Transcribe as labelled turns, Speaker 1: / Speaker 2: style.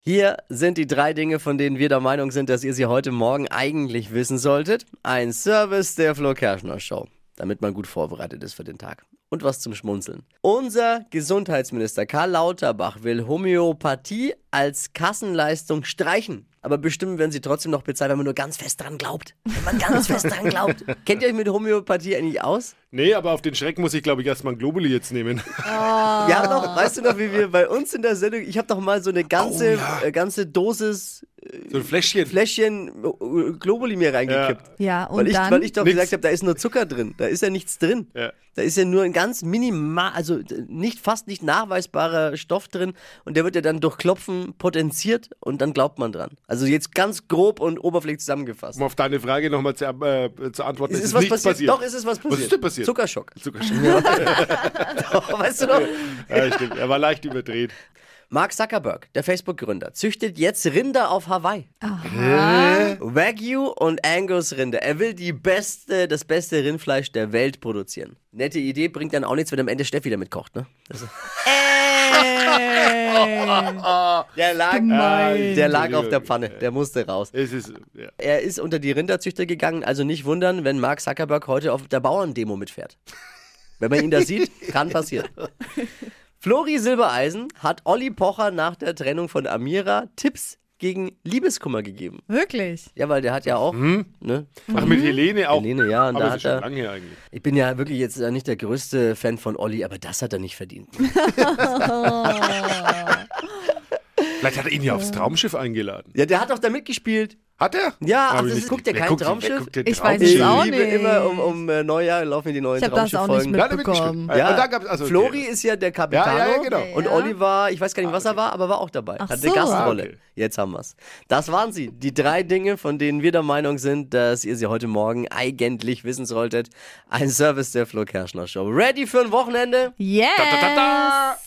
Speaker 1: Hier sind die drei Dinge, von denen wir der Meinung sind, dass ihr sie heute Morgen eigentlich wissen solltet. Ein Service der Flo Kerschner Show, damit man gut vorbereitet ist für den Tag. Und was zum Schmunzeln. Unser Gesundheitsminister Karl Lauterbach will Homöopathie als Kassenleistung streichen. Aber bestimmt werden sie trotzdem noch bezahlt, wenn man nur ganz fest dran glaubt. Wenn man ganz fest dran glaubt. Kennt ihr euch mit Homöopathie eigentlich aus?
Speaker 2: Nee, aber auf den Schreck muss ich, glaube ich, erstmal ein Globuli jetzt nehmen.
Speaker 1: Ja, doch, weißt du noch, wie wir bei uns in der Sendung, ich habe doch mal so eine ganze, äh, ganze Dosis
Speaker 2: So ein Fläschchen.
Speaker 1: Fläschchen äh, Globuli mir reingekippt.
Speaker 3: Ja, und
Speaker 1: weil, ich,
Speaker 3: dann?
Speaker 1: weil ich doch
Speaker 2: Nix.
Speaker 1: gesagt habe, da ist nur Zucker drin, da ist ja nichts drin.
Speaker 2: Ja.
Speaker 1: Da ist ja nur ein ganz minimal, also nicht fast nicht nachweisbarer Stoff drin und der wird ja dann durch Klopfen potenziert und dann glaubt man dran. Also jetzt ganz grob und oberflächlich zusammengefasst.
Speaker 2: um auf deine Frage nochmal zu, äh, zu antworten.
Speaker 1: Ist,
Speaker 2: es
Speaker 1: es was
Speaker 2: nichts
Speaker 1: passiert? Doch, ist es was passiert.
Speaker 2: Was ist denn passiert?
Speaker 1: Zuckerschock.
Speaker 2: Zuckerschock.
Speaker 1: Doch, weißt du noch?
Speaker 2: ja, stimmt. Er war leicht überdreht.
Speaker 1: Mark Zuckerberg, der Facebook-Gründer, züchtet jetzt Rinder auf Hawaii. Wagyu und Angus-Rinder. Er will die beste, das beste Rindfleisch der Welt produzieren. Nette Idee, bringt dann auch nichts, wenn am Ende Steffi damit kocht, ne? Das ist- der lag,
Speaker 3: Gemein.
Speaker 1: Ah, der lag auf der Pfanne, der musste raus.
Speaker 2: Es ist, ja.
Speaker 1: Er ist unter die Rinderzüchter gegangen, also nicht wundern, wenn Mark Zuckerberg heute auf der Bauerndemo mitfährt. Wenn man ihn da sieht, kann passieren. Flori Silbereisen hat Olli Pocher nach der Trennung von Amira Tipps gegen Liebeskummer gegeben.
Speaker 3: Wirklich?
Speaker 1: Ja, weil der hat ja auch, ne?
Speaker 2: Ach, mit Helene Mhm. auch.
Speaker 1: Helene, ja, und
Speaker 2: aber
Speaker 1: da
Speaker 2: es
Speaker 1: hat
Speaker 2: ist schon
Speaker 1: er.
Speaker 2: lange her eigentlich.
Speaker 1: Ich bin ja wirklich jetzt äh, nicht der größte Fan von Olli, aber das hat er nicht verdient.
Speaker 2: Vielleicht hat er ihn ja aufs Traumschiff eingeladen.
Speaker 1: Ja, der hat doch da mitgespielt.
Speaker 2: Hat er?
Speaker 1: Ja,
Speaker 2: Hab
Speaker 1: also
Speaker 2: ich
Speaker 1: es
Speaker 2: nicht
Speaker 1: guckt ja
Speaker 2: gesehen.
Speaker 1: kein
Speaker 2: Guckt-
Speaker 1: Traumschiff.
Speaker 2: guckt der
Speaker 3: Ich weiß
Speaker 2: Traumschiff?
Speaker 3: es auch
Speaker 1: liebe
Speaker 3: nicht.
Speaker 1: immer um, um äh, Neujahr laufen die neuen
Speaker 3: Ich hab das auch
Speaker 1: Traumschiff-Folgen.
Speaker 3: nicht
Speaker 2: Ja, der mitgespielt.
Speaker 3: mitbekommen.
Speaker 2: Ja,
Speaker 1: Ja.
Speaker 2: da gab's also
Speaker 1: Flori
Speaker 2: okay.
Speaker 1: ist ja der Capitano.
Speaker 2: Ja, ja, ja, genau.
Speaker 1: Und
Speaker 3: Ja.
Speaker 1: Olli war, ich weiß gar nicht, was er war, aber war auch dabei.
Speaker 3: Ach
Speaker 1: Hatte eine
Speaker 3: so.
Speaker 1: Gastrolle.
Speaker 2: Ah, okay.
Speaker 1: Jetzt haben wir's. Das waren sie. Die drei Dinge, von denen wir der Meinung sind, dass ihr sie heute Morgen eigentlich wissen solltet. Ein Service der Flo Kerschner Show. Ready für ein Wochenende?
Speaker 3: Yes!
Speaker 2: Da, da, da, da.